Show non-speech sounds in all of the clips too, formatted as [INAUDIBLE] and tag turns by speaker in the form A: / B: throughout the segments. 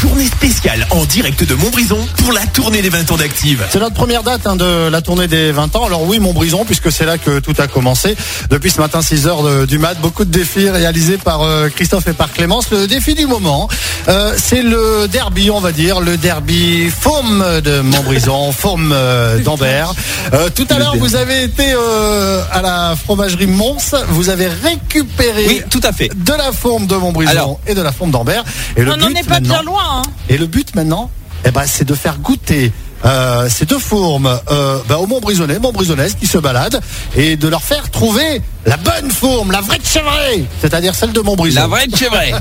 A: tournée spéciale en direct de Montbrison pour la tournée des 20 ans d'Active.
B: C'est notre première date hein, de la tournée des 20 ans. Alors oui, Montbrison, puisque c'est là que tout a commencé. Depuis ce matin, 6h du mat, beaucoup de défis réalisés par euh, Christophe et par Clémence. Le défi du moment, euh, c'est le derby, on va dire, le derby forme de
C: [LAUGHS]
B: Montbrison, forme euh, d'Ambert. Euh, tout à l'heure, vous avez été euh, à la fromagerie Mons, vous avez récupéré
C: Oui, tout à fait.
B: de la forme de Montbrison
C: Alors-
B: et de la forme d'Ambert. Et le
D: On n'en
B: but
D: est pas
B: maintenant-
D: bien loin. hein.
B: et le but maintenant, eh ben, c'est de faire goûter euh, ces deux fourmes euh, ben, aux Montbrisonnais, Montbrisonnaises qui se baladent et de leur faire trouver la bonne fourme, la vraie de chevray, c'est-à-dire celle de Montbrison.
C: La vraie de
B: [LAUGHS]
C: chez vrai.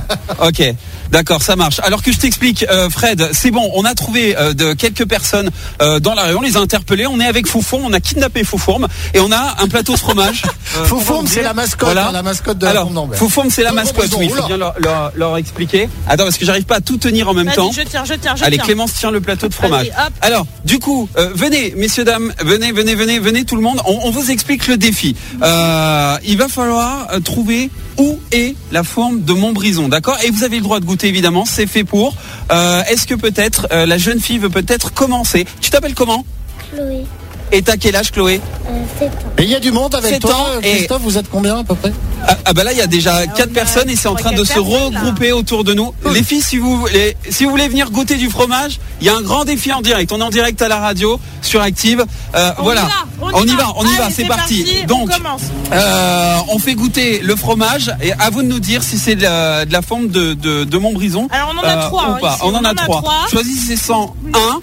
C: ok. D'accord, ça marche. Alors que je t'explique, euh, Fred, c'est bon, on a trouvé euh, de quelques personnes euh, dans la rue, on les a interpellées, on est avec Foufourme, on a kidnappé Foufourme et on a un plateau de fromage. Euh,
B: Foufourme,
C: on va
B: c'est [LAUGHS] la mascotte, hein, la mascotte de la
C: Alors,
B: Fourme d'Ambert.
C: Foufourme, c'est la
B: De
C: mascotte,
B: Montbrison,
C: oui, faut
B: oula.
C: bien leur, leur- leur expliquer. Attends, parce que j'arrive pas à tout tenir en même temps.
D: Vas-y, je tiens, je tiens, je
C: Allez,
D: tiens.
C: Clémence tient le plateau de fromage.
D: Allez, hop.
C: Alors, du coup, euh, venez, messieurs, dames, venez, venez, venez, venez, tout le monde. On, on vous explique le défi. Euh, il va falloir euh, trouver où est la forme de Montbrison, d'accord Et vous avez le droit de goûter, évidemment, c'est fait pour. Euh, Est-ce que peut-être euh, la jeune fille veut peut-être commencer Tu t'appelles comment
E: Chloé,
C: Et t'as quel âge, Chloé
E: euh, 7 ans.
B: Et il y a du monde avec
C: C'est
B: toi,
C: temps et-
B: Christophe, vous êtes combien à peu près
C: ah, ah bah là, il y a déjà quatre
D: on a
C: personnes et c'est en train
D: trois,
C: de
D: quatre
C: se
D: personnes, là.
C: regrouper autour de nous. Les filles, si vous voulez, si vous voulez venir goûter du fromage, il y a un grand défi en direct. On est en direct à la radio sur Active. Euh,
D: On
C: voilà,
D: y va, on y va.
C: on y va,
D: Allez,
C: c'est parti.
D: on
C: Donc,
D: commence.
C: euh, on fait goûter le fromage et à vous de nous dire si c'est de la, de la forme de, de, de Montbrison.
D: Alors, on en a
C: euh,
D: trois,
C: ou
D: hein,
C: pas.
D: ici.
C: On, en a trois. Choisissez 101.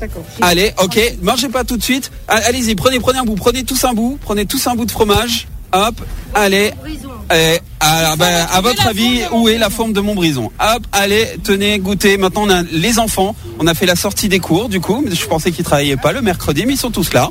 D: D'accord.
C: Allez, ok, mangez pas tout de suite. Ah, Allez-y, prenez, prenez un bout, prenez tous un bout, prenez tous un bout de fromage. Hop, allez. Et, alors, bah, à votre
D: la
C: avis,
D: forme de
C: où est la
D: Montbrison.
C: forme de Montbrison Hop, allez, tenez, goûtez. Maintenant, on a les enfants. On a fait la sortie des cours, du coup. Je pensais qu'ils travaillaient pas le mercredi, mais ils sont tous là.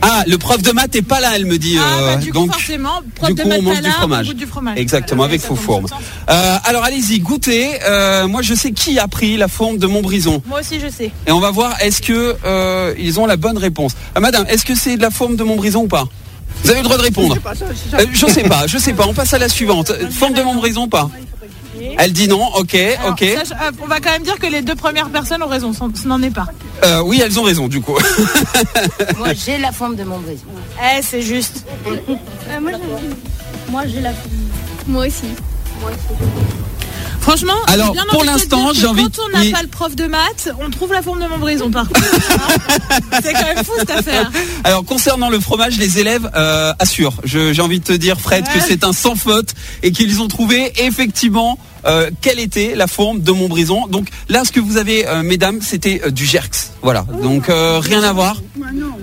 C: Ah, le prof de maths est pas là, elle me dit.
D: Ah, bah,
C: euh,
D: du coup,
C: donc,
D: forcément, prof
C: du
D: de
C: coup,
D: maths
C: on mange
D: pas
C: du
D: là, on
C: fromage.
D: goûte du fromage.
C: Exactement,
D: Voilà,
C: avec
D: ça
C: faux
D: tombe
C: fourme.
D: tout le temps.
C: Euh, alors, allez-y, goûtez. Euh, moi, je sais qui a pris la forme de Montbrison.
D: Moi aussi, je sais.
C: Et on va voir est-ce que euh, ils ont la bonne réponse. Ah, madame, est-ce que c'est de la forme de Montbrison ou pas Vous avez le droit de répondre. Euh, Je sais pas, je sais pas. On passe à la suivante. Forme de Montbrison ou pas Elle dit non. Ok,
D: Alors,
C: ok.
D: ça, je- euh, on va quand même dire que les deux premières personnes ont raison, sans- ce n'en est pas.
C: Euh, oui, elles ont raison du coup.
F: Moi, j'ai la forme de mon brise.
D: Eh, c'est juste.
E: Euh, Moi, j'ai la Moi aussi.
D: Franchement,
C: Alors,
D: j'ai bien
C: pour
D: envie de te
C: l'instant,
D: dire que
C: j'ai envie de-
D: Quand on n'a
C: oui.
D: pas le prof de maths, on trouve la forme de Montbrison,
C: [LAUGHS]
D: par contre. c'est quand même fou cette affaire.
C: Alors concernant le fromage, les élèves euh, assurent. Je- J'ai envie de te dire, Fred, que
D: Ouais.
C: c'est un sans faute et qu'ils ont trouvé effectivement euh, quelle était la forme de Montbrison. Donc là, ce que vous avez, euh, mesdames, c'était euh, du Gerx. Voilà.
G: Oh.
C: Donc euh, rien à voir.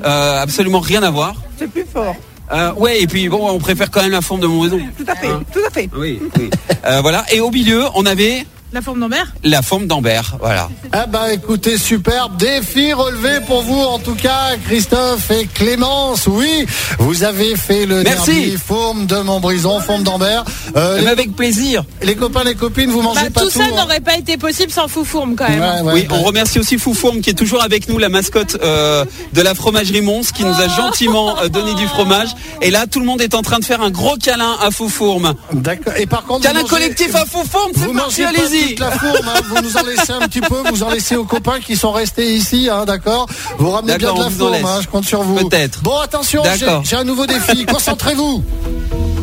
C: Euh, absolument rien à voir.
G: Bah C'est plus fort.
C: Euh, ouais, et puis bon, on préfère quand même la forme de Montbrison.
G: Tout à fait, tout à fait.
C: Oui. oui. Euh, voilà. Et au milieu, on avait
D: La forme d'Ambert
C: la forme d'Ambert. Voilà.
B: Ah bah écoutez, superbe défi relevé pour vous en tout cas, Christophe et Clémence. Oui, vous avez fait le
C: Merci. Eh ben-
B: derby forme de Montbrison, forme d'Ambert. Euh,
C: Mais avec plaisir.
B: les, les copains, les copines, vous mangez
D: Bah,
B: pas
D: Tout
B: tout.
D: ça
B: hein.
D: n'aurait pas été possible sans Foufourme, quand même.
B: Ouais, ouais,
C: oui,
B: bah,
C: on remercie aussi Foufourme qui est toujours avec nous, la mascotte euh, de la fromagerie Mons, qui nous a
B: Ah.
C: gentiment euh, donné du fromage. Et là, tout le monde est en train de faire un gros câlin à Foufourme.
B: D'accord. Et par contre, vous
C: Câlin
B: mangez-
C: collectif à Foufourme,
B: Vous
C: c'est parti,
B: mangez pas
C: allez-y.
B: toute la fourme, hein. vous nous en laissez un petit peu, vous en laissez aux copains qui sont restés ici, hein, d'accord Vous ramenez bien
C: D'accord,
B: de la
C: on vous en
B: fourme,
C: laisse.
B: hein, je compte sur vous.
C: Peut-être.
B: Bon, attention, j'ai
C: D'accord.
B: j'ai un nouveau défi, concentrez-vous.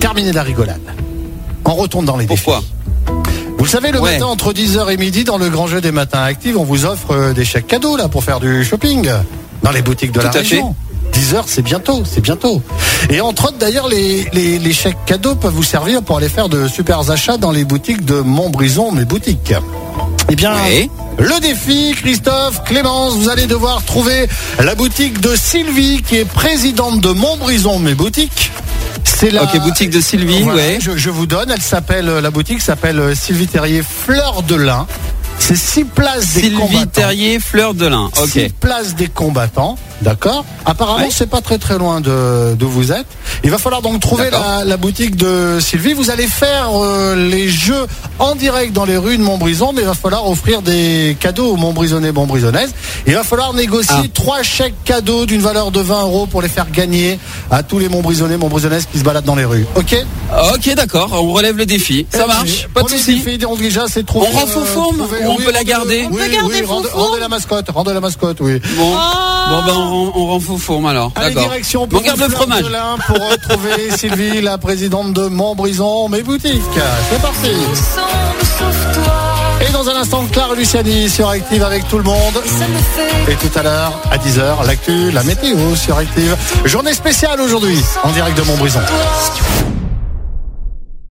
B: Terminez la rigolade. On retourne dans les défis.
C: Pourquoi
B: Vous le savez, le
C: Ouais.
B: matin, entre 10h et midi, dans le grand jeu des matins actifs, on vous offre euh, des chèques cadeaux là pour faire du shopping dans les boutiques de la
C: Tout à
B: région. 10h, c'est bientôt, c'est bientôt. Et entre autres, d'ailleurs, les, les- les chèques cadeaux peuvent vous servir pour aller faire de super achats dans les boutiques de Montbrison, mes boutiques. Eh bien,
C: Ouais.
B: le défi, Christophe, Clémence, vous allez devoir trouver la boutique de Sylvie, qui est présidente de Montbrison, mes boutiques. C'est la
C: Ok, boutique de Sylvie,
B: Bah, voilà,
C: ouais.
B: je, je vous donne, elle s'appelle, euh, la boutique s'appelle euh, Sylvie Terrier Fleur de Lin. C'est 6 places des
C: Sylvie
B: combattants.
C: Terrier, Fleur de Lin. Ok.
B: Six places des combattants. D'accord. Apparemment,
C: Ouais.
B: c'est pas très très loin de d'où vous êtes. Il va falloir donc trouver
C: D'accord.
B: la, la boutique de Sylvie. Vous allez faire euh, les jeux en direct dans les rues de Montbrison, mais il va falloir offrir des cadeaux aux Montbrisonnais, Montbrisonnaises. Il va falloir négocier
C: Ah.
B: trois chèques cadeaux d'une valeur de 20 euros pour les faire gagner à tous les Montbrisonnais, Montbrisonnaises qui se baladent dans les rues. Ok.
C: Ok, d'accord, on relève le défi. Ça marche, pas de
B: Premier
C: soucis.
B: défi, Euh, on dit déjà, c'est trouver,
C: On rend Fonfon,
B: trouver-
C: ou on peut la
B: rendez-
C: garder
D: On peut
B: oui,
D: garder
B: oui, rendez-
D: Fonfon
B: rendez la mascotte, rendez la mascotte, oui.
C: Bon, bon
D: Oh.
C: ben on, rend- on rend faux fourme alors.
B: Ah. Allez,
C: D'accord.
B: direction
C: On garde le
B: Fleur
C: fromage.
B: de Lin pour [LAUGHS] retrouver Sylvie, la présidente de Montbrison, mes boutiques. C'est parti. Et dans un instant, Clara Luciani sur Active avec tout le monde. Et tout à l'heure, à 10h, l'actu, la météo sur Active. Journée spéciale aujourd'hui, en direct de Montbrison.